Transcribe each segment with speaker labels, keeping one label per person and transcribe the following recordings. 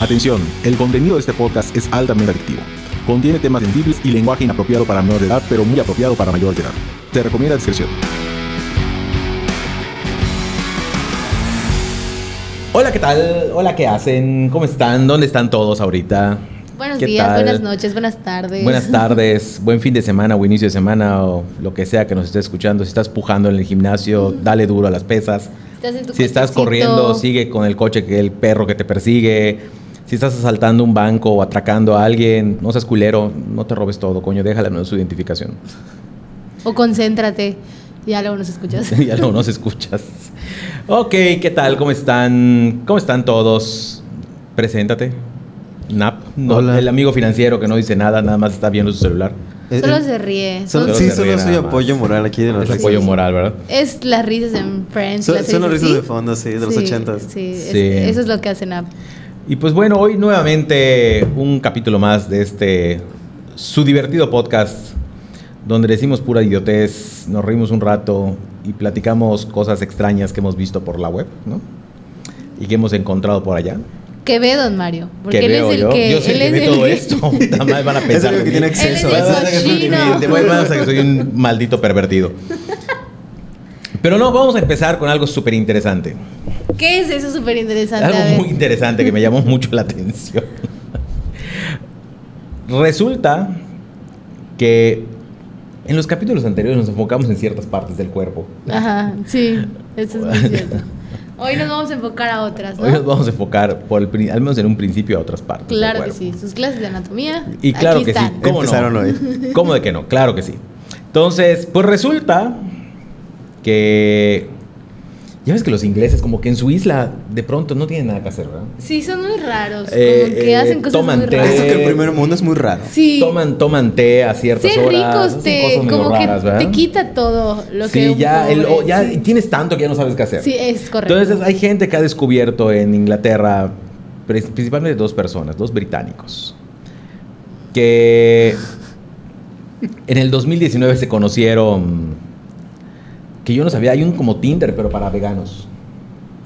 Speaker 1: Atención, el contenido de este podcast es altamente adictivo. Contiene temas sensibles y lenguaje inapropiado para menor de edad, pero muy apropiado para mayor de edad. Se recomienda discreción.
Speaker 2: Hola, ¿qué tal? Hola, ¿qué hacen? ¿Cómo están? ¿Dónde están todos ahorita?
Speaker 3: Buenos
Speaker 2: ¿Qué
Speaker 3: días,
Speaker 2: tal?
Speaker 3: buenas noches, buenas tardes.
Speaker 2: Buenas tardes, buen fin de semana o inicio de semana o lo que sea que nos esté escuchando. Si estás pujando en el gimnasio, dale duro a las pesas.
Speaker 3: ¿Estás en tu
Speaker 2: Si estás
Speaker 3: cochecito?
Speaker 2: corriendo, sigue con el coche que el perro que te persigue. Si estás asaltando un banco o atracando a alguien, no seas culero, no te robes todo, coño, déjale menos su identificación.
Speaker 3: O concéntrate. Ya luego nos escuchas.
Speaker 2: ya luego nos escuchas. Ok, ¿qué tal? ¿Cómo están? ¿Cómo están todos? Preséntate. Nap, no,
Speaker 4: Hola.
Speaker 2: el amigo financiero que no dice nada, nada más está viendo su celular.
Speaker 4: Eh,
Speaker 3: Solo
Speaker 4: eh,
Speaker 3: se ríe.
Speaker 4: solo-
Speaker 2: solo
Speaker 4: sí,
Speaker 2: se
Speaker 4: solo
Speaker 2: ríe
Speaker 4: soy
Speaker 2: nada más.
Speaker 4: apoyo moral aquí de
Speaker 2: Es
Speaker 4: nosotros.
Speaker 2: apoyo moral, ¿verdad?
Speaker 3: Es las risas en Friends.
Speaker 4: Son-
Speaker 3: las
Speaker 4: son los
Speaker 3: risas,
Speaker 4: risas
Speaker 3: ¿sí?
Speaker 4: de fondo, sí, de los
Speaker 3: Sí,
Speaker 4: ochentas.
Speaker 3: Sí, es-
Speaker 2: Sí.
Speaker 3: eso es lo que hacen App.
Speaker 2: Y pues bueno, hoy nuevamente un capítulo más de este su divertido podcast donde decimos pura idiotez, nos rimos un rato y platicamos cosas extrañas que hemos visto por la web, ¿no? Y que hemos encontrado por allá.
Speaker 3: Que ve Don Mario. Porque
Speaker 2: que
Speaker 3: él
Speaker 2: veo
Speaker 3: es el
Speaker 2: yo.
Speaker 3: que.
Speaker 2: yo soy
Speaker 3: él
Speaker 2: el que
Speaker 3: es
Speaker 2: ve
Speaker 3: el
Speaker 2: todo
Speaker 3: que-
Speaker 2: esto. Puta madre, van a pensar
Speaker 4: el
Speaker 2: de
Speaker 4: único que
Speaker 2: mí.
Speaker 4: tiene
Speaker 3: Él es
Speaker 4: acceso.
Speaker 3: el
Speaker 2: Van a pensar que soy un
Speaker 3: cochino.
Speaker 2: demente, van a pensar que soy un maldito pervertido. Pero no, vamos a empezar con algo súper interesante.
Speaker 3: ¿Qué es eso súper interesante? A
Speaker 2: Algo
Speaker 3: ver.
Speaker 2: muy interesante que me llamó mucho la atención. Resulta que en los capítulos anteriores nos enfocamos en ciertas partes del cuerpo.
Speaker 3: Ajá, sí. Eso es muy cierto. Hoy nos vamos a enfocar a otras, ¿no?
Speaker 2: Hoy nos vamos a enfocar, por el pri- al menos en un principio, a otras partes. del
Speaker 3: Claro que
Speaker 2: cuerpo.
Speaker 3: sí. Sus clases de anatomía.
Speaker 2: Y claro
Speaker 3: aquí
Speaker 2: que sí.
Speaker 3: están.
Speaker 2: ¿Cómo no?
Speaker 4: Empezaron hoy.
Speaker 2: ¿Cómo de que no? Claro que sí. Entonces, pues resulta que. Ya ves que los ingleses, como que en su isla, de pronto no tienen nada que hacer, ¿verdad?
Speaker 3: Sí, son muy raros.
Speaker 2: Eh,
Speaker 3: como que
Speaker 2: eh,
Speaker 3: hacen cosas
Speaker 2: toman
Speaker 3: muy
Speaker 2: té.
Speaker 3: raras.
Speaker 4: Esto que el primer mundo es muy raro.
Speaker 3: Sí.
Speaker 2: Toman, toman té a ciertas
Speaker 3: Ser
Speaker 2: horas.
Speaker 3: ricos
Speaker 2: hacen
Speaker 3: te,
Speaker 2: cosas medio
Speaker 3: este, como que
Speaker 2: raras, ¿verdad?
Speaker 3: te quita todo lo que
Speaker 2: sí,
Speaker 3: un
Speaker 2: ya, el-
Speaker 3: pobre-
Speaker 2: o ya
Speaker 3: sí.
Speaker 2: tienes tanto que ya no sabes qué hacer.
Speaker 3: Sí, es correcto.
Speaker 2: Entonces hay gente que ha descubierto en Inglaterra, pres- principalmente dos personas, dos británicos, que en el 2019 se conocieron, que yo no sabía, hay un como Tinder, pero para veganos.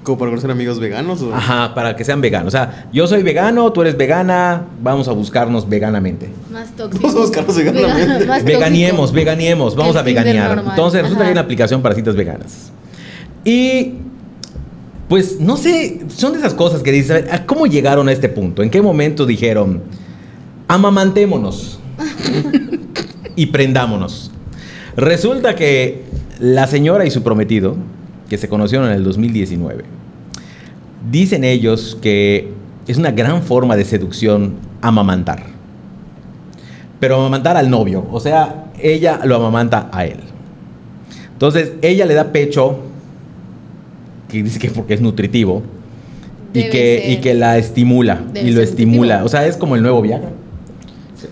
Speaker 4: ¿Como para conocer amigos veganos? O?
Speaker 2: Ajá, para que sean veganos. O sea, yo soy vegano, tú eres vegana, vamos a buscarnos veganamente.
Speaker 3: más tóxico.
Speaker 4: Vamos a buscarlos veganamente.
Speaker 3: Vega- más tóxico.
Speaker 2: Veganiemos, veganiemos, vamos
Speaker 3: El
Speaker 2: a
Speaker 3: Tinder
Speaker 2: veganear.
Speaker 3: normal,
Speaker 2: Entonces resulta
Speaker 3: ajá.
Speaker 2: que hay una aplicación para citas veganas. Y pues no sé, son de esas cosas que dices, a ver, ¿a ¿cómo llegaron a este punto? ¿En qué momento dijeron, amamantémonos y prendámonos? Resulta que la señora y su prometido, que se conocieron en el 2019, dicen ellos que es una gran forma de seducción amamantar. Pero amamantar al novio, o sea, ella lo amamanta a él. Entonces, ella le da pecho, que dice que porque es nutritivo, y
Speaker 3: Debe
Speaker 2: que,
Speaker 3: ser.
Speaker 2: y que la estimula,
Speaker 3: Debe
Speaker 2: y lo
Speaker 3: ser
Speaker 2: estimula.
Speaker 3: nutritivo.
Speaker 2: O sea, es como el nuevo Viagra.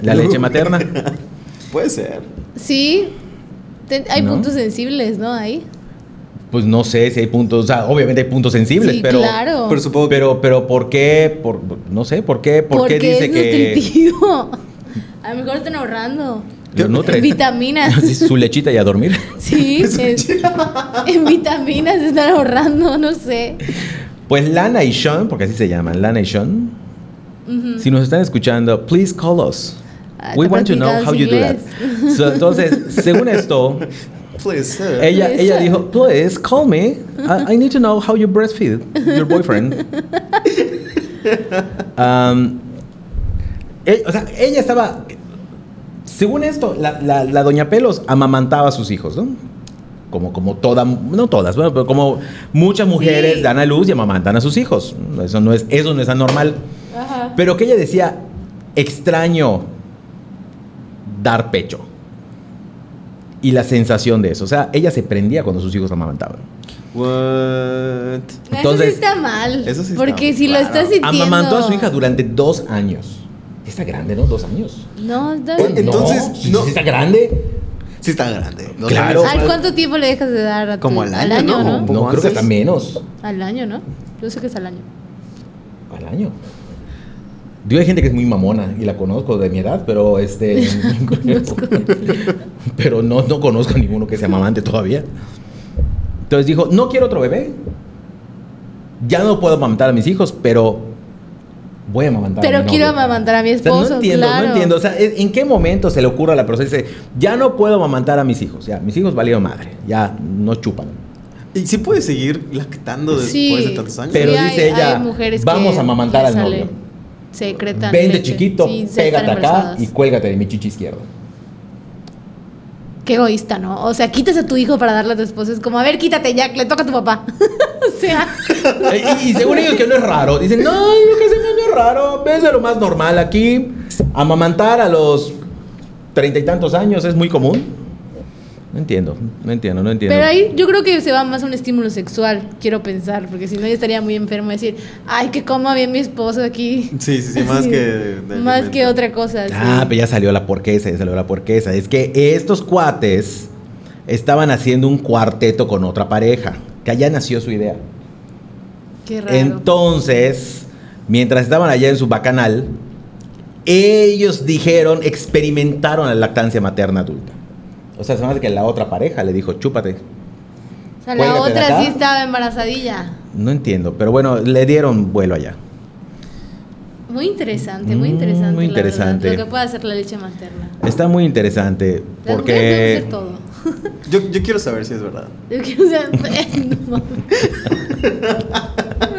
Speaker 2: La leche materna.
Speaker 4: Puede ser.
Speaker 3: Sí. Ten- hay
Speaker 2: ¿No?
Speaker 3: puntos sensibles, ¿no? Ahí.
Speaker 2: Pues no sé si hay puntos, o sea, obviamente hay puntos sensibles,
Speaker 3: sí,
Speaker 2: pero...
Speaker 3: claro.
Speaker 4: Pero supongo que
Speaker 2: Pero, pero, ¿por qué? Por, no sé, ¿por qué? ¿Por
Speaker 3: Porque
Speaker 2: qué dice
Speaker 3: es
Speaker 2: que
Speaker 3: nutritivo. A lo mejor están ahorrando.
Speaker 2: lo nutre?
Speaker 3: Vitaminas.
Speaker 2: Así, Su lechita y a dormir.
Speaker 3: Sí, en, en vitaminas están ahorrando, no sé.
Speaker 2: Pues Lana y Sean, porque así se llaman, Lana y Sean. Si nos están escuchando, please call us.
Speaker 3: Ah,
Speaker 2: We
Speaker 3: está
Speaker 2: want to know
Speaker 3: practicando
Speaker 2: how you do that.
Speaker 3: inglés.
Speaker 2: So, entonces, según esto,
Speaker 4: puede ser.
Speaker 2: ella,
Speaker 3: Puede
Speaker 2: ella
Speaker 3: ser.
Speaker 2: dijo, please call me. I, I need to know how you breastfeed your boyfriend. Um, e- o sea, ella estaba. Según esto, la, la- la doña Pelos amamantaba a sus hijos, ¿no? Como, como toda, no todas, bueno, pero como muchas mujeres
Speaker 3: Sí.
Speaker 2: dan a luz y amamantan a sus hijos. Eso no es, eso no es anormal.
Speaker 3: Ajá.
Speaker 2: Pero que ella decía, extraño dar pecho. Y la sensación de eso. O sea, ella se prendía cuando sus hijos la amamantaban.
Speaker 4: What?
Speaker 3: eso
Speaker 2: Entonces-
Speaker 3: sí está mal.
Speaker 4: Eso sí está
Speaker 3: porque si lo
Speaker 4: raro.
Speaker 3: estás sintiendo.
Speaker 2: Amamantó a su hija durante dos años. Está grande, ¿no? Dos años.
Speaker 3: No, está
Speaker 4: Eh,
Speaker 3: bien.
Speaker 4: entonces,
Speaker 2: no. Sí,
Speaker 4: no.
Speaker 2: sí Está grande.
Speaker 4: Sí está grande. No
Speaker 2: Claro.
Speaker 4: sé,
Speaker 3: ¿Al cuánto tiempo le dejas de dar a tu-
Speaker 4: Como al año, ¿no?
Speaker 2: No,
Speaker 4: Un poco
Speaker 2: creo que está
Speaker 4: antes.
Speaker 2: menos.
Speaker 3: Al año, ¿no? Yo sé que es al año.
Speaker 2: Al año. Yo hay gente que es muy mamona y la conozco de mi edad, pero este. pero no, no conozco a ninguno que sea mamante todavía. Entonces dijo: No quiero otro bebé. Ya no puedo amamantar a mis hijos, pero voy a amamantar. a
Speaker 3: Pero
Speaker 2: mi
Speaker 3: quiero
Speaker 2: novio.
Speaker 3: amamantar a mi
Speaker 2: O sea,
Speaker 3: esposo,
Speaker 2: no entiendo,
Speaker 3: claro.
Speaker 2: no entiendo. O sea, ¿en en qué momento se le ocurre a la persona dice, ya no puedo amamantar a mis hijos? Ya, mis hijos valieron madre. Ya no chupan.
Speaker 4: ¿Y si puede seguir lactando después
Speaker 3: Sí.
Speaker 4: de tantos años?
Speaker 2: Pero
Speaker 3: Sí,
Speaker 2: dice
Speaker 3: hay-
Speaker 2: ella,
Speaker 3: hay mujeres que
Speaker 2: vamos a amamantar
Speaker 3: le
Speaker 2: al
Speaker 3: sale-
Speaker 2: novio.
Speaker 3: Secretan.
Speaker 2: Vente
Speaker 3: leche.
Speaker 2: chiquito,
Speaker 3: Sí, se
Speaker 2: pégate
Speaker 3: están
Speaker 2: acá
Speaker 3: embarazadas.
Speaker 2: y cuélgate de mi chichi izquierdo.
Speaker 3: Qué egoísta, ¿no? O sea, quitas a tu hijo para darle a tu esposo. Es como, a ver, quítate, Jack, le toca a tu papá. o sea,
Speaker 2: Eh, y, y según ellos que no es raro. Dicen, no, lo que hacemos no es raro. Ves de lo más normal aquí. Amamantar a los treinta y tantos años es muy común. No entiendo, no entiendo, no entiendo.
Speaker 3: pero ahí yo creo que se va más a un estímulo sexual, quiero pensar, porque si no yo estaría muy enfermo de decir, ay, que coma bien mi esposo aquí.
Speaker 4: Sí, sí, sí, más
Speaker 3: Sí.
Speaker 4: que... de
Speaker 3: Más
Speaker 4: alimento.
Speaker 3: que otra cosa. sí.
Speaker 2: Ah, pero ya salió la porquesa, ya salió la porquesa. Es que estos cuates estaban haciendo un cuarteto con otra pareja. Que allá nació su idea.
Speaker 3: Qué raro.
Speaker 2: Entonces, mientras estaban allá en su bacanal, ellos dijeron, experimentaron la lactancia materna adulta. O sea, se me hace que la otra pareja le dijo, chúpate.
Speaker 3: o sea, la
Speaker 2: cuélgate de
Speaker 3: otra
Speaker 2: acá.
Speaker 3: sí estaba embarazadilla.
Speaker 2: No entiendo, pero bueno, le dieron vuelo allá.
Speaker 3: Muy interesante, muy
Speaker 2: Mm,
Speaker 3: interesante.
Speaker 2: muy
Speaker 3: la verdad,
Speaker 2: interesante.
Speaker 3: lo que puede hacer la leche materna.
Speaker 2: Está muy interesante
Speaker 3: Las mujeres deben
Speaker 2: porque...
Speaker 3: hacer todo.
Speaker 4: Yo, yo quiero saber si es verdad.
Speaker 3: Yo quiero ser- No mames.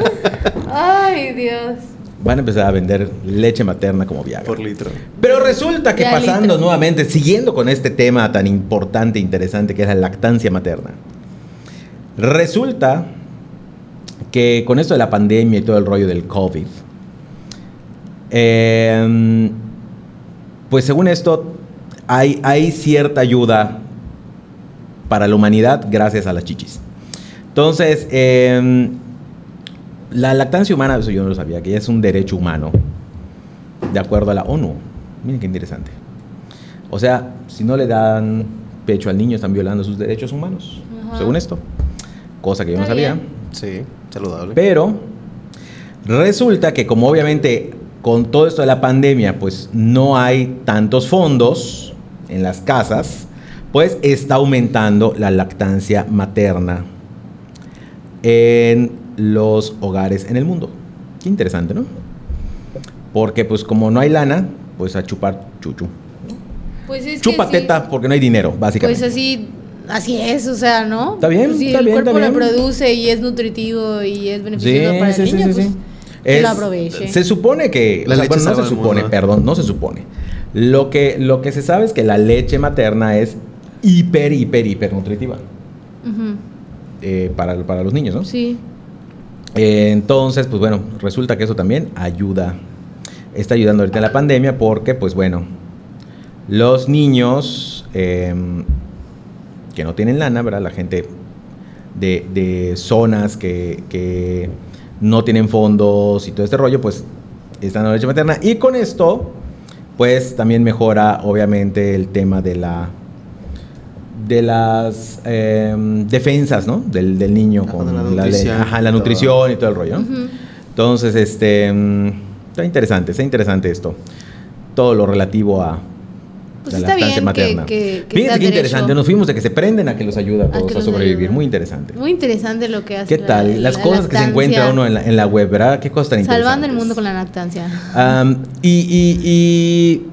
Speaker 3: Ay, Dios.
Speaker 2: Van a empezar a vender leche materna como Viagra.
Speaker 4: Por litro.
Speaker 2: Pero resulta que
Speaker 3: Ya,
Speaker 2: pasando
Speaker 3: listo.
Speaker 2: nuevamente, siguiendo con este tema tan importante e interesante que es la lactancia materna, resulta que con esto de la pandemia y todo el rollo del COVID, eh, pues según esto, hay, hay cierta ayuda para la humanidad gracias a las chichis. Entonces, eh, la lactancia humana, eso yo no lo sabía, que ya es un derecho humano, de acuerdo a la ONU. Miren qué interesante. O sea, si no le dan pecho al niño, están violando sus derechos humanos,
Speaker 3: Ajá.
Speaker 2: según esto. Cosa que yo no
Speaker 3: Está
Speaker 2: sabía.
Speaker 3: bien.
Speaker 4: Sí, saludable.
Speaker 2: Pero resulta que como obviamente con todo esto de la pandemia, pues no hay tantos fondos en las casas, pues está aumentando la lactancia materna en los hogares en el mundo. Qué interesante, ¿no? Porque pues como no hay lana, pues a chupar chuchu.
Speaker 3: Pues es que
Speaker 2: Chupa
Speaker 3: sí.
Speaker 2: teta porque no hay dinero,
Speaker 3: Pues
Speaker 2: básicamente.
Speaker 3: así, así es, o sea, ¿no?
Speaker 2: Está bien,
Speaker 3: Pues si
Speaker 2: está
Speaker 3: el
Speaker 2: bien,
Speaker 3: cuerpo
Speaker 2: está
Speaker 3: lo
Speaker 2: bien.
Speaker 3: produce y es nutritivo y es beneficioso para el niño, pues que
Speaker 2: Es-
Speaker 3: lo aproveche.
Speaker 2: Se supone que.
Speaker 4: La
Speaker 2: o sea,
Speaker 4: leche
Speaker 2: bueno, no
Speaker 4: salva
Speaker 2: se
Speaker 4: al
Speaker 2: supone,
Speaker 4: mundo.
Speaker 2: perdón, no se supone. Lo que, lo que se sabe es que la leche materna es hiper, hiper, hiper nutritiva
Speaker 3: Ujú,
Speaker 2: eh, para, para los niños, ¿no?
Speaker 3: Sí.
Speaker 2: Eh, entonces, pues bueno, resulta que eso también ayuda. Está ayudando ahorita en la pandemia porque, pues bueno, los niños eh, que no tienen lana, ¿verdad? La gente de, de zonas que, que no tienen fondos y todo este rollo, pues están en la leche materna. Y con esto, pues también mejora, obviamente, el tema de la de las eh, defensas, ¿no? Del, del niño
Speaker 4: Ajá,
Speaker 2: con
Speaker 4: de la
Speaker 2: la, leche.
Speaker 4: nutrición y
Speaker 2: Ajá, la
Speaker 4: todo.
Speaker 2: nutrición y todo el rollo. ¿no?
Speaker 3: Ujú.
Speaker 2: Entonces, este mm, está interesante, está interesante esto. Todo lo relativo a
Speaker 3: Pues
Speaker 2: la
Speaker 3: está
Speaker 2: lactancia
Speaker 3: bien que,
Speaker 2: materna.
Speaker 3: que, que sea
Speaker 2: Fíjense qué
Speaker 3: derecho.
Speaker 2: interesante, nos fuimos de que se prenden a que los ayuda a
Speaker 3: A
Speaker 2: todos
Speaker 3: que
Speaker 2: a,
Speaker 3: los
Speaker 2: sobrevivir.
Speaker 3: ayuda.
Speaker 2: Muy interesante.
Speaker 3: Muy interesante lo que hace.
Speaker 2: ¿Qué
Speaker 3: la-
Speaker 2: tal? Las
Speaker 3: la
Speaker 2: cosas que se encuentra
Speaker 3: lactancia.
Speaker 2: uno en la, en la web, ¿verdad? Qué cosas tan interesantes.
Speaker 3: Salvando el mundo con la lactancia.
Speaker 2: Am, y, y- y,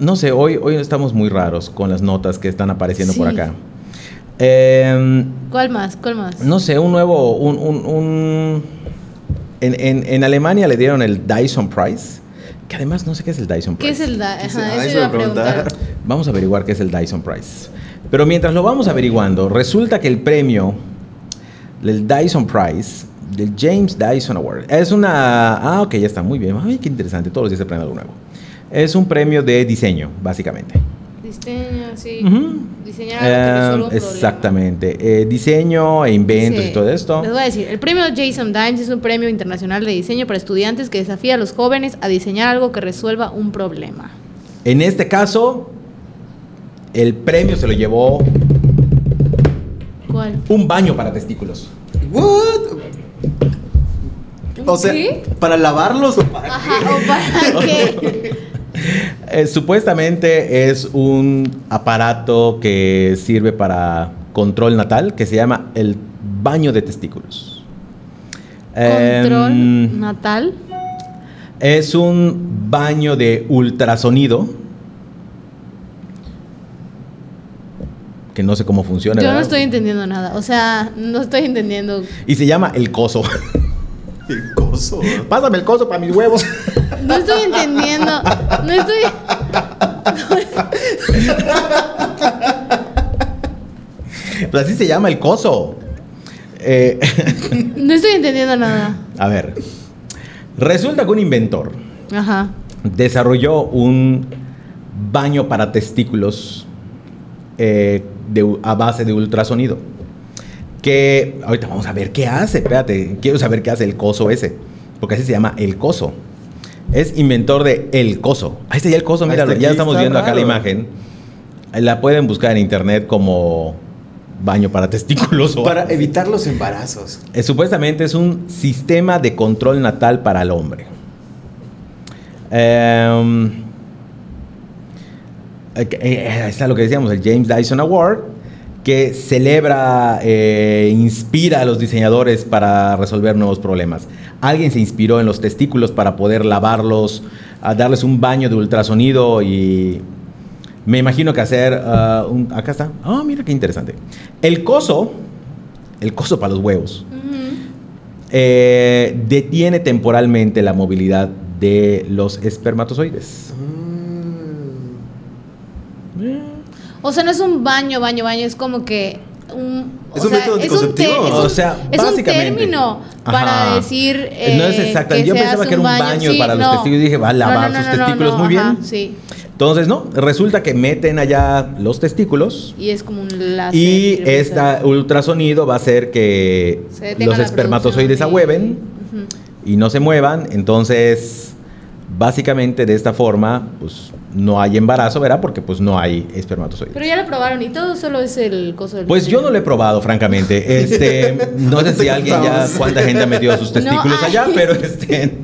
Speaker 2: no sé, hoy, hoy estamos muy raros con las notas que están apareciendo por
Speaker 3: Sí.
Speaker 2: acá. Em,
Speaker 3: ¿Cuál más? ¿Cuál más?
Speaker 2: no sé, un nuevo, un... un- un- en, en- en Alemania le dieron el Dyson Prize, que además no sé pues, qué es el Dyson
Speaker 3: ¿Qué
Speaker 2: Prize.
Speaker 3: es el da?
Speaker 4: ¿Qué es
Speaker 3: Ajá,
Speaker 4: el- ah,
Speaker 3: eso
Speaker 4: eso
Speaker 3: iba
Speaker 4: iba
Speaker 3: a
Speaker 4: a preguntar.
Speaker 3: preguntar.
Speaker 2: Vamos a averiguar qué es el Dyson Prize. Pero mientras lo vamos averiguando, resulta que el premio del Dyson Prize, del James Dyson Award, es una... Ah, ok, ya está, muy bien. Ay, qué interesante, todos los días se aprende algo nuevo. Es un premio de diseño, básicamente.
Speaker 3: Diseño, sí.
Speaker 2: Ujú.
Speaker 3: Diseñar algo que resuelva
Speaker 2: Eh,
Speaker 3: un problema.
Speaker 2: exactamente. Eh, diseño e inventos
Speaker 3: Dice,
Speaker 2: y todo esto.
Speaker 3: Les voy a decir, el premio Jason Dimes es un premio internacional de diseño para estudiantes que desafía a los jóvenes a diseñar algo que resuelva un problema.
Speaker 2: En este caso, el premio se lo llevó
Speaker 3: ¿Cuál?
Speaker 2: un baño para testículos.
Speaker 4: What? O sea,
Speaker 3: ¿Qué?
Speaker 4: ¿para lavarlos o para
Speaker 3: Ajá, o para qué.
Speaker 2: Eh, supuestamente es un aparato que sirve para control natal que se llama el baño de testículos.
Speaker 3: Control
Speaker 2: Em,
Speaker 3: natal.
Speaker 2: Es un baño de ultrasonido. Que no sé cómo funciona.
Speaker 3: Yo no
Speaker 2: ¿verdad?
Speaker 3: estoy entendiendo nada. O sea, no estoy entendiendo.
Speaker 2: Y se llama el coso.
Speaker 4: El coso.
Speaker 2: Pásame el coso para mis huevos.
Speaker 3: No estoy entendiendo. No estoy.
Speaker 2: Pues así se llama el coso. Eh,
Speaker 3: No estoy entendiendo nada.
Speaker 2: a ver. Resulta que un inventor
Speaker 3: Ajá.
Speaker 2: desarrolló un baño para testículos eh, de- a base de ultrasonido. Que ahorita vamos a ver qué hace. Espérate, quiero saber qué hace el coso ese. Porque así se llama el coso. Es inventor de el coso. Ahí está ya el coso,
Speaker 4: Ahí
Speaker 2: mira,
Speaker 4: está,
Speaker 2: ya
Speaker 4: aquí
Speaker 2: estamos
Speaker 4: está
Speaker 2: viendo acá la
Speaker 4: raro.
Speaker 2: imagen. La pueden buscar en internet como baño para testículos. o
Speaker 4: Para
Speaker 2: algo así.
Speaker 4: evitar los embarazos.
Speaker 2: Eh, supuestamente es un sistema de control natal para el hombre. Em, eh, eh, eh, ahí está lo que decíamos, el James Dyson Award, que celebra, eh, inspira a los diseñadores para resolver nuevos problemas. Alguien se inspiró en los testículos para poder lavarlos, a darles un baño de ultrasonido y me imagino que hacer ah, un- Acá está. Ah, mira qué interesante. El coso, el coso para los huevos.
Speaker 3: Ujú.
Speaker 2: Eh, detiene temporalmente la movilidad de los espermatozoides.
Speaker 3: O sea, no es un baño, baño, baño. Es como que. Un,
Speaker 4: ¿Es
Speaker 3: o
Speaker 4: un método
Speaker 3: es un
Speaker 4: anticonceptivo?
Speaker 3: te- es
Speaker 4: O
Speaker 3: un-
Speaker 2: sea,
Speaker 3: es un
Speaker 2: básicamente.
Speaker 3: término
Speaker 2: Ajá.
Speaker 3: para decir. eh,
Speaker 2: No es exacto. Yo
Speaker 3: se
Speaker 2: pensaba
Speaker 3: hace
Speaker 2: que era un baño para los testículos y dije, va a lavar sus testículos. Muy bien.
Speaker 3: ajá, sí.
Speaker 2: Entonces, no, resulta que meten allá los testículos
Speaker 3: Y es como un láser.
Speaker 2: y
Speaker 3: creo que
Speaker 2: este ultrasonido va a hacer que
Speaker 3: se detenga
Speaker 2: los
Speaker 3: la
Speaker 2: espermatozoides
Speaker 3: producción de-
Speaker 2: ahueven.
Speaker 3: Ujú.
Speaker 2: y no se muevan, entonces básicamente de esta forma pues no hay embarazo, ¿verdad? Porque pues no hay espermatozoides.
Speaker 3: Pero ya lo probaron y todo solo es el coso del
Speaker 2: Pues yo no
Speaker 3: lo
Speaker 2: lo he probado, francamente. Este, no sé si alguien ya cuánta gente ha metido sus testículos
Speaker 3: No, ay.
Speaker 2: allá, pero este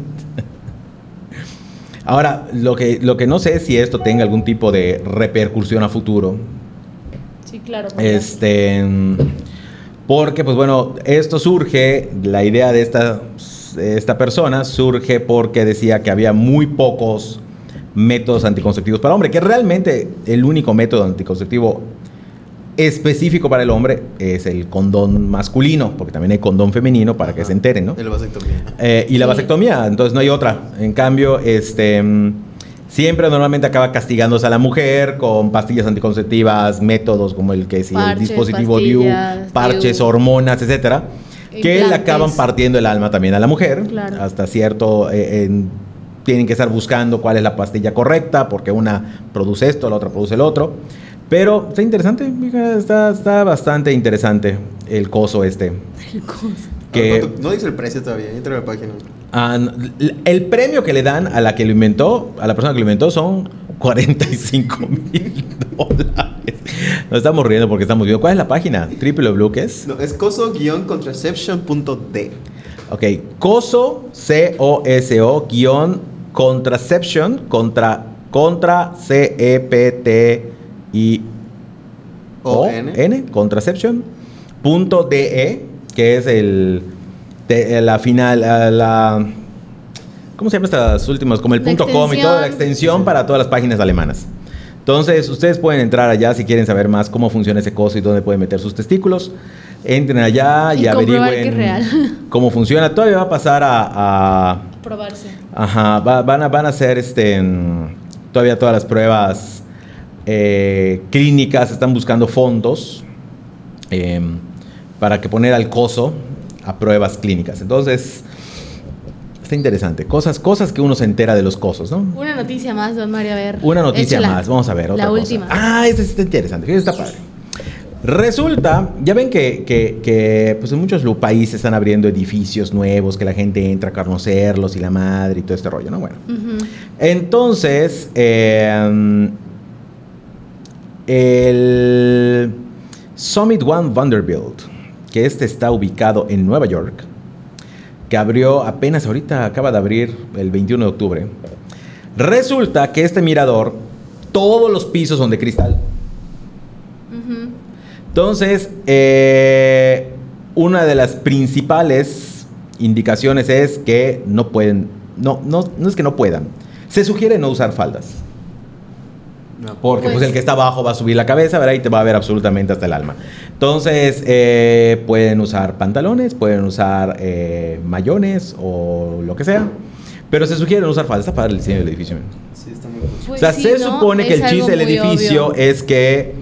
Speaker 2: Ahora, lo que lo que no sé es si esto tenga algún tipo de repercusión a futuro,
Speaker 3: Sí, claro. porque-
Speaker 2: este, porque, pues bueno, esto surge, la idea de esta, esta persona surge porque decía que había muy pocos métodos anticonceptivos para hombre, que realmente el único método anticonceptivo específico para el hombre es el condón masculino, porque también hay condón femenino para que
Speaker 4: Ajá.
Speaker 2: se enteren, ¿no?
Speaker 4: El vasectomía.
Speaker 2: Eh, y la
Speaker 3: Sí.
Speaker 2: vasectomía, entonces no hay otra. En cambio, este mm, siempre normalmente acaba castigándose a la mujer con pastillas anticonceptivas, métodos como el que si el
Speaker 3: Parches,
Speaker 2: dispositivo
Speaker 3: pastillas,
Speaker 2: DIU, parches,
Speaker 3: DIU.
Speaker 2: hormonas, etcétera, que le
Speaker 3: Implantes.
Speaker 2: acaban partiendo el alma también a la mujer.
Speaker 3: Claro.
Speaker 2: Hasta cierto eh, en- tienen que estar buscando cuál es la pastilla correcta, porque una produce esto, la otra produce el otro. Pero está interesante, mija, está, está bastante interesante el coso este.
Speaker 4: A ver,
Speaker 2: Que,
Speaker 4: ¿cuánto- No dice el precio todavía. Entra a la página.
Speaker 2: Ah, no, l- el premio que le dan a la que lo inventó, a la persona que lo inventó, son 45 mil dólares. Nos estamos riendo porque estamos viendo. ¿Cuál es la página? Triple Blue, ¿qué es?
Speaker 4: No, es coso-contraception.d.
Speaker 2: Ok, COSO, C-O-S-O, guión, contraception, contra, contra, E C-E-P-T-I-O-N,
Speaker 4: O-N.
Speaker 2: contraception, punto D-E, que es el, te- la final, la, la- ¿cómo se llama estas últimas? Como el
Speaker 3: La
Speaker 2: punto com y todo, la
Speaker 3: extensión.
Speaker 2: extensión para todas las páginas alemanas. Entonces, ustedes pueden entrar allá si quieren saber más cómo funciona ese coso y dónde pueden meter sus testículos. Entren allá y,
Speaker 3: Y comprobar
Speaker 2: averigüen
Speaker 3: que es real.
Speaker 2: cómo funciona. Todavía va a pasar a... a-
Speaker 3: Probarse.
Speaker 2: ajá, va- van, a, van a hacer este, en- todavía todas las pruebas eh, clínicas, están buscando fondos em, para que poner al coso a pruebas clínicas. Entonces, está interesante. Cosas, cosas que uno se entera de los cosos, ¿no?
Speaker 3: Una noticia más, don Mario, a ver.
Speaker 2: Una noticia
Speaker 3: échala.
Speaker 2: más, vamos a ver. Otra
Speaker 3: la
Speaker 2: cosa.
Speaker 3: última.
Speaker 2: Ah, esta está interesante, esta está padre. Resulta, ya ven que, que- que, pues en muchos lu- países están abriendo edificios nuevos, que la gente entra a conocerlos y la madre y todo este rollo, ¿no? Bueno.
Speaker 3: Ujú.
Speaker 2: Entonces, eh, el Summit One Vanderbilt, que este está ubicado en Nueva York, que abrió apenas ahorita, acaba de abrir el 21 de octubre. Resulta que este mirador, todos los pisos son de cristal.
Speaker 3: Ujú.
Speaker 2: Entonces, eh, una de las principales indicaciones es que no pueden No, no, no es que no puedan. Se sugiere no usar faldas.
Speaker 4: No.
Speaker 2: Porque pues,
Speaker 3: Pues-
Speaker 2: el que está abajo va a subir la cabeza, ¿verdad? Y te va a ver absolutamente hasta el alma. Entonces, eh, pueden usar pantalones, pueden usar eh, mayones o lo que sea. Pero se sugiere no usar faldas para el diseño del edificio.
Speaker 4: Sí, está muy cool.
Speaker 3: Pues
Speaker 2: o sea,
Speaker 3: sí,
Speaker 2: se
Speaker 3: ¿no?
Speaker 2: supone que
Speaker 3: Es
Speaker 2: el chiste
Speaker 3: algo
Speaker 2: del
Speaker 3: muy
Speaker 2: edificio
Speaker 3: obvio.
Speaker 2: es que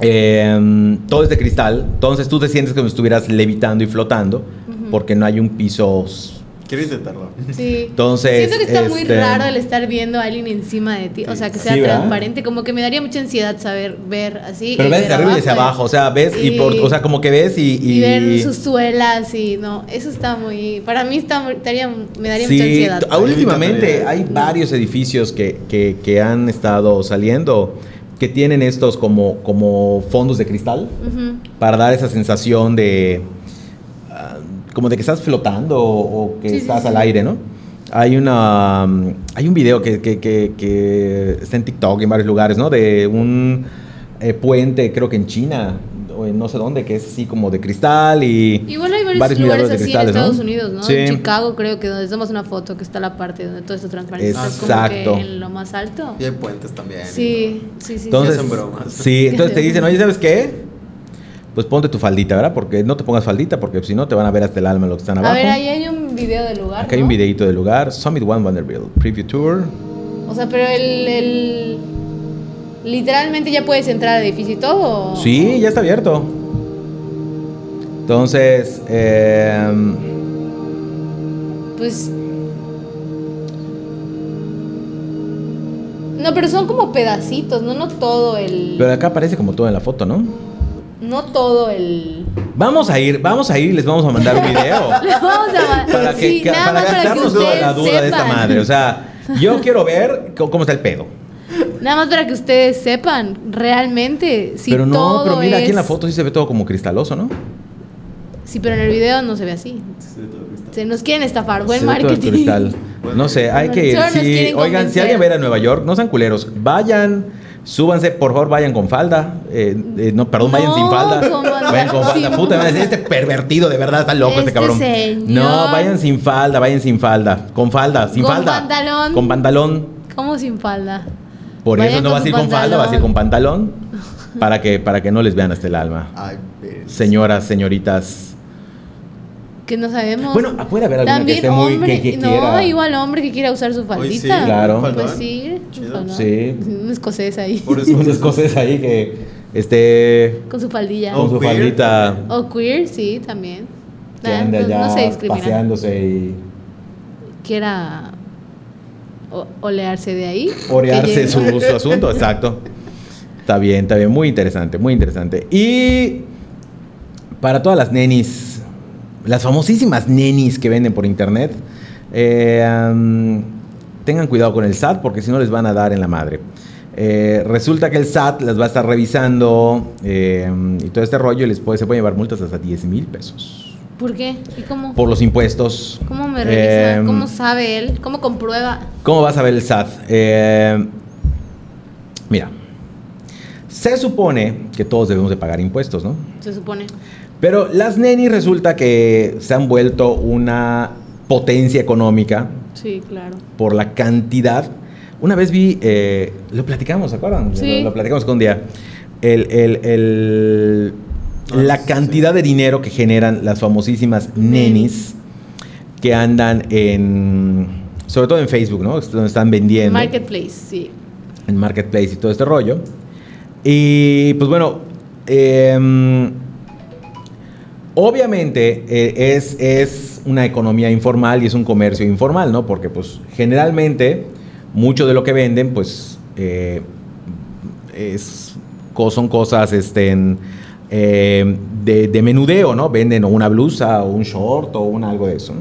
Speaker 2: eh, todo es de cristal. Entonces tú te sientes como si estuvieras levitando y flotando
Speaker 3: Ujú.
Speaker 2: porque no hay un piso... s-
Speaker 4: Quiero intentarlo.
Speaker 3: Sí.
Speaker 2: Entonces,
Speaker 3: Siento que está muy
Speaker 2: este,
Speaker 3: raro el estar viendo a alguien encima de ti. O sea, que sea
Speaker 2: Sí, ¿verdad?
Speaker 3: transparente. Como que me daría mucha ansiedad saber ver así.
Speaker 2: Pero
Speaker 3: y
Speaker 2: ves
Speaker 3: ver
Speaker 2: de arriba y hacia abajo, o sea, ves y, por,
Speaker 3: Y-
Speaker 2: o sea, como que ves y...
Speaker 3: Y, ver sus suelas y no. Eso está muy. Para mí está, muy- estaría- me daría mucha
Speaker 2: Sí,
Speaker 3: ansiedad.
Speaker 2: t- ah, últimamente
Speaker 4: Evita
Speaker 2: hay varios edificios que, que- que han estado saliendo que tienen estos como, como fondos de cristal
Speaker 3: Ujú.
Speaker 2: para dar esa sensación de ah, como de que estás flotando o, o que
Speaker 3: Sí, sí,
Speaker 2: estás
Speaker 3: sí.
Speaker 2: al aire, ¿no? Hay una mm, hay un video que, que- que- que está en TikTok en varios lugares, ¿no? De un eh, puente, creo que en China o en no sé dónde, que es así como de cristal y
Speaker 3: Igual hay varios,
Speaker 2: Varios
Speaker 3: lugares
Speaker 2: miradores de
Speaker 3: así en
Speaker 2: cristales, ¿no?
Speaker 3: Estados Unidos, ¿no?
Speaker 2: Sí.
Speaker 3: En Chicago creo que donde tomas una foto que está la parte donde todo está transparente. Estás como que
Speaker 2: Exacto.
Speaker 3: en lo más alto.
Speaker 4: Y hay puentes también.
Speaker 3: Sí, sí, sí.
Speaker 2: Entonces,
Speaker 4: que hacen bromas.
Speaker 2: sí, entonces te dicen, oye, ¿sabes qué? Pues ponte tu faldita, ¿verdad? Porque no te pongas faldita, porque si no te van a ver hasta el alma lo que están
Speaker 3: A
Speaker 2: abajo.
Speaker 3: ver, ahí hay un video del lugar.
Speaker 2: Aquí hay un
Speaker 3: ¿no?
Speaker 2: videito del lugar, Summit One Vanderbilt, Preview Tour.
Speaker 3: O sea, pero el, el- Literalmente ya puedes entrar al edificio y todo. ¿o?
Speaker 2: Sí, ya está abierto. Entonces, eh,
Speaker 3: Pues. No, pero son como pedacitos, no, no todo el.
Speaker 2: pero acá aparece como todo en la foto, ¿no?
Speaker 3: No todo el.
Speaker 2: Vamos a ir, vamos a ir, les vamos a mandar un video.
Speaker 3: Vamos a.
Speaker 2: para que,
Speaker 3: sí,
Speaker 2: ca-
Speaker 3: nada
Speaker 2: para
Speaker 3: más para que
Speaker 2: quitarnos toda
Speaker 3: ustedes
Speaker 2: la duda de esta
Speaker 3: sepan.
Speaker 2: madre. O sea, yo quiero ver co- cómo está el pedo.
Speaker 3: Nada más para que ustedes sepan realmente si
Speaker 2: pero no,
Speaker 3: todo
Speaker 2: pero mira, aquí en la
Speaker 3: es-
Speaker 2: foto sí se ve todo como cristaloso, ¿no?
Speaker 3: Sí, pero en el video no se ve así.
Speaker 4: Sí, todo está-
Speaker 3: Se nos quieren estafar, buen
Speaker 2: Se ve todo el
Speaker 3: marketing.
Speaker 2: cristal. No sé, hay que ir.
Speaker 3: Solo nos
Speaker 2: Sí,
Speaker 3: quieren
Speaker 2: oigan, si
Speaker 3: convencer.
Speaker 2: alguien va a ir a Nueva York, no sean culeros. Vayan, súbanse, por favor, vayan con falda. Eh, eh, no, perdón, vayan
Speaker 3: No,
Speaker 2: sin falda.
Speaker 3: con falda.
Speaker 2: Vayan con falda.
Speaker 3: Sí.
Speaker 2: Puta, me van a decir, este pervertido, de verdad, está loco este,
Speaker 3: Este
Speaker 2: cabrón.
Speaker 3: señor.
Speaker 2: No, vayan sin falda, vayan sin falda. Con falda, sin
Speaker 3: Con
Speaker 2: falda.
Speaker 3: pantalón.
Speaker 2: Con pantalón.
Speaker 3: ¿Cómo sin falda?
Speaker 2: Por
Speaker 3: Vayan
Speaker 2: eso no
Speaker 3: con
Speaker 2: vas a
Speaker 3: su
Speaker 2: ir con falda,
Speaker 3: pantalón.
Speaker 2: vas a ir con pantalón. Para que, para que no les vean hasta el alma.
Speaker 4: Ay, pues. pero-
Speaker 2: Señoras, señoritas.
Speaker 3: Que no sabemos.
Speaker 2: Bueno, puede haber alguna que
Speaker 3: También
Speaker 2: esté muy
Speaker 3: hombre,
Speaker 2: que, que
Speaker 3: no,
Speaker 2: quiera.
Speaker 3: igual hombre que quiera usar su
Speaker 4: Hoy sí,
Speaker 3: faldita.
Speaker 2: Claro.
Speaker 3: Pues
Speaker 4: faldón.
Speaker 3: sí, un
Speaker 4: Chido.
Speaker 3: faldón.
Speaker 2: Sí.
Speaker 3: Un escocés ahí.
Speaker 4: Por eso-
Speaker 2: unas cosas ahí que esté
Speaker 3: Con su faldilla.
Speaker 2: con
Speaker 4: Oh.
Speaker 2: su
Speaker 4: queer.
Speaker 2: faldita
Speaker 3: O queer, sí, también.
Speaker 2: que
Speaker 3: Nah,
Speaker 2: ande
Speaker 3: Ah, no,
Speaker 2: allá
Speaker 3: no se discrimina.
Speaker 2: paseándose y
Speaker 3: Quiera o- olearse de ahí. que
Speaker 2: orearse
Speaker 3: llegue.
Speaker 2: su, su asunto, exacto. Está bien, está bien, muy interesante, muy interesante. Y para todas las nenis, las famosísimas nenis que venden por internet, eh, am, tengan cuidado con el SAT porque si no les van a dar en la madre. Eh, resulta que el SAT las va a estar revisando eh, y todo este rollo y les puede, se pueden llevar multas hasta 10 mil pesos.
Speaker 3: ¿Por qué? ¿Y cómo?
Speaker 2: por los impuestos.
Speaker 3: ¿Cómo me revisa?
Speaker 2: Em,
Speaker 3: ¿Cómo sabe él? ¿Cómo comprueba?
Speaker 2: ¿Cómo vas a ver el SAT? Eh, mira, se supone que todos debemos de pagar impuestos, ¿no?
Speaker 3: Se supone.
Speaker 2: Pero las nenis resulta que se han vuelto una potencia económica
Speaker 3: Sí, claro.
Speaker 2: por la cantidad. Una vez vi, eh, lo platicamos, ¿se acuerdan?
Speaker 3: Sí.
Speaker 2: Lo, lo platicamos con un día. El, el- el-
Speaker 4: Ah,
Speaker 2: la
Speaker 4: sí.
Speaker 2: cantidad de dinero que generan las famosísimas nenis que andan en, sobre todo en Facebook, ¿no? Es Donde están vendiendo
Speaker 3: Marketplace, sí.
Speaker 2: en Marketplace y todo este rollo. Y pues bueno, em, obviamente eh, es, es una economía informal y es un comercio informal, ¿no? Porque pues generalmente mucho de lo que venden pues eh, es, co- son cosas este, en, eh, de, de menudeo, ¿no? Venden o una blusa o un short o un algo de eso. ¿no?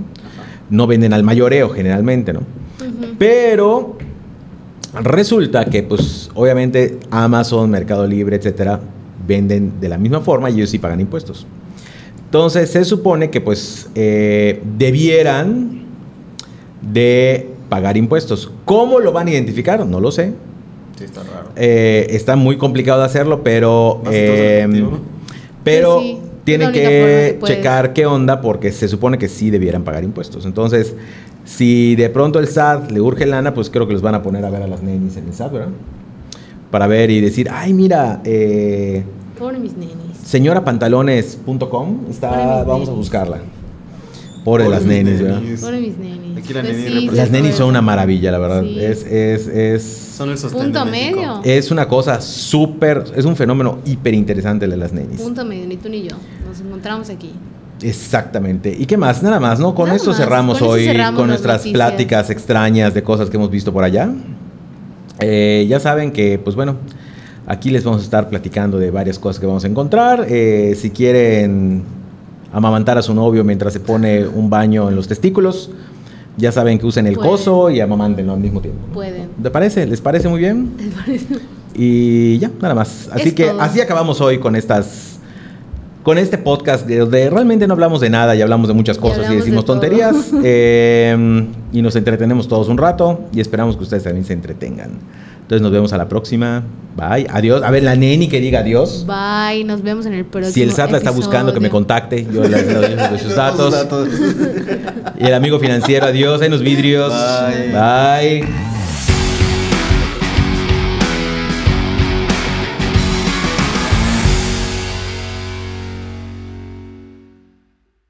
Speaker 2: No venden al mayoreo generalmente, ¿no?
Speaker 3: Ujú.
Speaker 2: Pero resulta que, pues, obviamente Amazon, Mercado Libre, etcétera, venden de la misma forma y ellos sí pagan impuestos. Entonces se supone que, pues, eh, debieran de pagar impuestos. ¿Cómo lo van a identificar? No lo sé.
Speaker 4: Sí, está raro.
Speaker 2: Eh, está muy complicado de hacerlo, pero...
Speaker 4: Más que todo es
Speaker 2: eh,
Speaker 4: efectivo.
Speaker 2: pero
Speaker 3: Pues sí, es
Speaker 2: tienen
Speaker 3: la única forma que
Speaker 2: que
Speaker 3: puedes.
Speaker 2: checar qué onda porque se supone que sí debieran pagar impuestos. Entonces, Si de pronto el SAT le urge lana, pues creo que los van a poner a ver a las nenis en el SAT, ¿verdad? Para ver y decir, ay, mira, eh,
Speaker 3: Pobre mis nenis.
Speaker 2: señorapantalones.com,
Speaker 3: Pobre mis
Speaker 2: está, vamos a
Speaker 3: nenis.
Speaker 2: buscarla. Pobre las
Speaker 4: Pobre
Speaker 2: nenis, ¿verdad?
Speaker 4: nenis.
Speaker 3: Pobre mis nenis.
Speaker 4: Aquí la
Speaker 3: Pues
Speaker 4: neni
Speaker 3: sí,
Speaker 4: representa-
Speaker 2: Las
Speaker 3: pues,
Speaker 2: nenis son una maravilla, la verdad.
Speaker 3: Sí.
Speaker 2: Es, es, es,
Speaker 4: Son el sostén
Speaker 3: Punto
Speaker 4: de México.
Speaker 3: medio.
Speaker 2: es una cosa súper, es un fenómeno hiper interesante de las nenis.
Speaker 3: Punto medio, ni tú ni yo. Nos encontramos aquí.
Speaker 2: Exactamente. ¿Y qué más? Nada más, ¿no? Con
Speaker 3: Nada
Speaker 2: esto
Speaker 3: más.
Speaker 2: cerramos
Speaker 3: Con eso
Speaker 2: hoy,
Speaker 3: cerramos
Speaker 2: con
Speaker 3: las
Speaker 2: nuestras
Speaker 3: noticias.
Speaker 2: pláticas extrañas de cosas que hemos visto por allá. Eh, ya saben que, pues bueno, aquí les vamos a estar platicando de varias cosas que vamos a encontrar. Eh, si quieren amamantar a su novio mientras se pone un baño en los testículos, ya saben que usen el
Speaker 3: Pueden.
Speaker 2: coso y amamantenlo al mismo tiempo. ¿no?
Speaker 3: Pueden.
Speaker 2: ¿Te parece? ¿Les parece muy bien? Y ya, nada más. Así
Speaker 3: Es
Speaker 2: que
Speaker 3: todo.
Speaker 2: así acabamos hoy con estas. Con este podcast de, de- realmente no hablamos de nada y hablamos de muchas
Speaker 3: Y
Speaker 2: cosas y,
Speaker 3: hablamos de
Speaker 2: decimos
Speaker 3: todo.
Speaker 2: tonterías. eh, y nos entretenemos todos un rato y esperamos que ustedes también se entretengan. Entonces nos vemos a la próxima. Bye. Adiós. A ver, la neni que diga adiós.
Speaker 3: Bye, nos vemos en el próximo.
Speaker 2: Si el SAT la está buscando, que me
Speaker 3: episodio.
Speaker 2: contacte. Yo le le doy de sus datos.
Speaker 4: Datos.
Speaker 2: Y el amigo financiero, adiós. En los vidrios.
Speaker 4: Bye.
Speaker 2: Bye.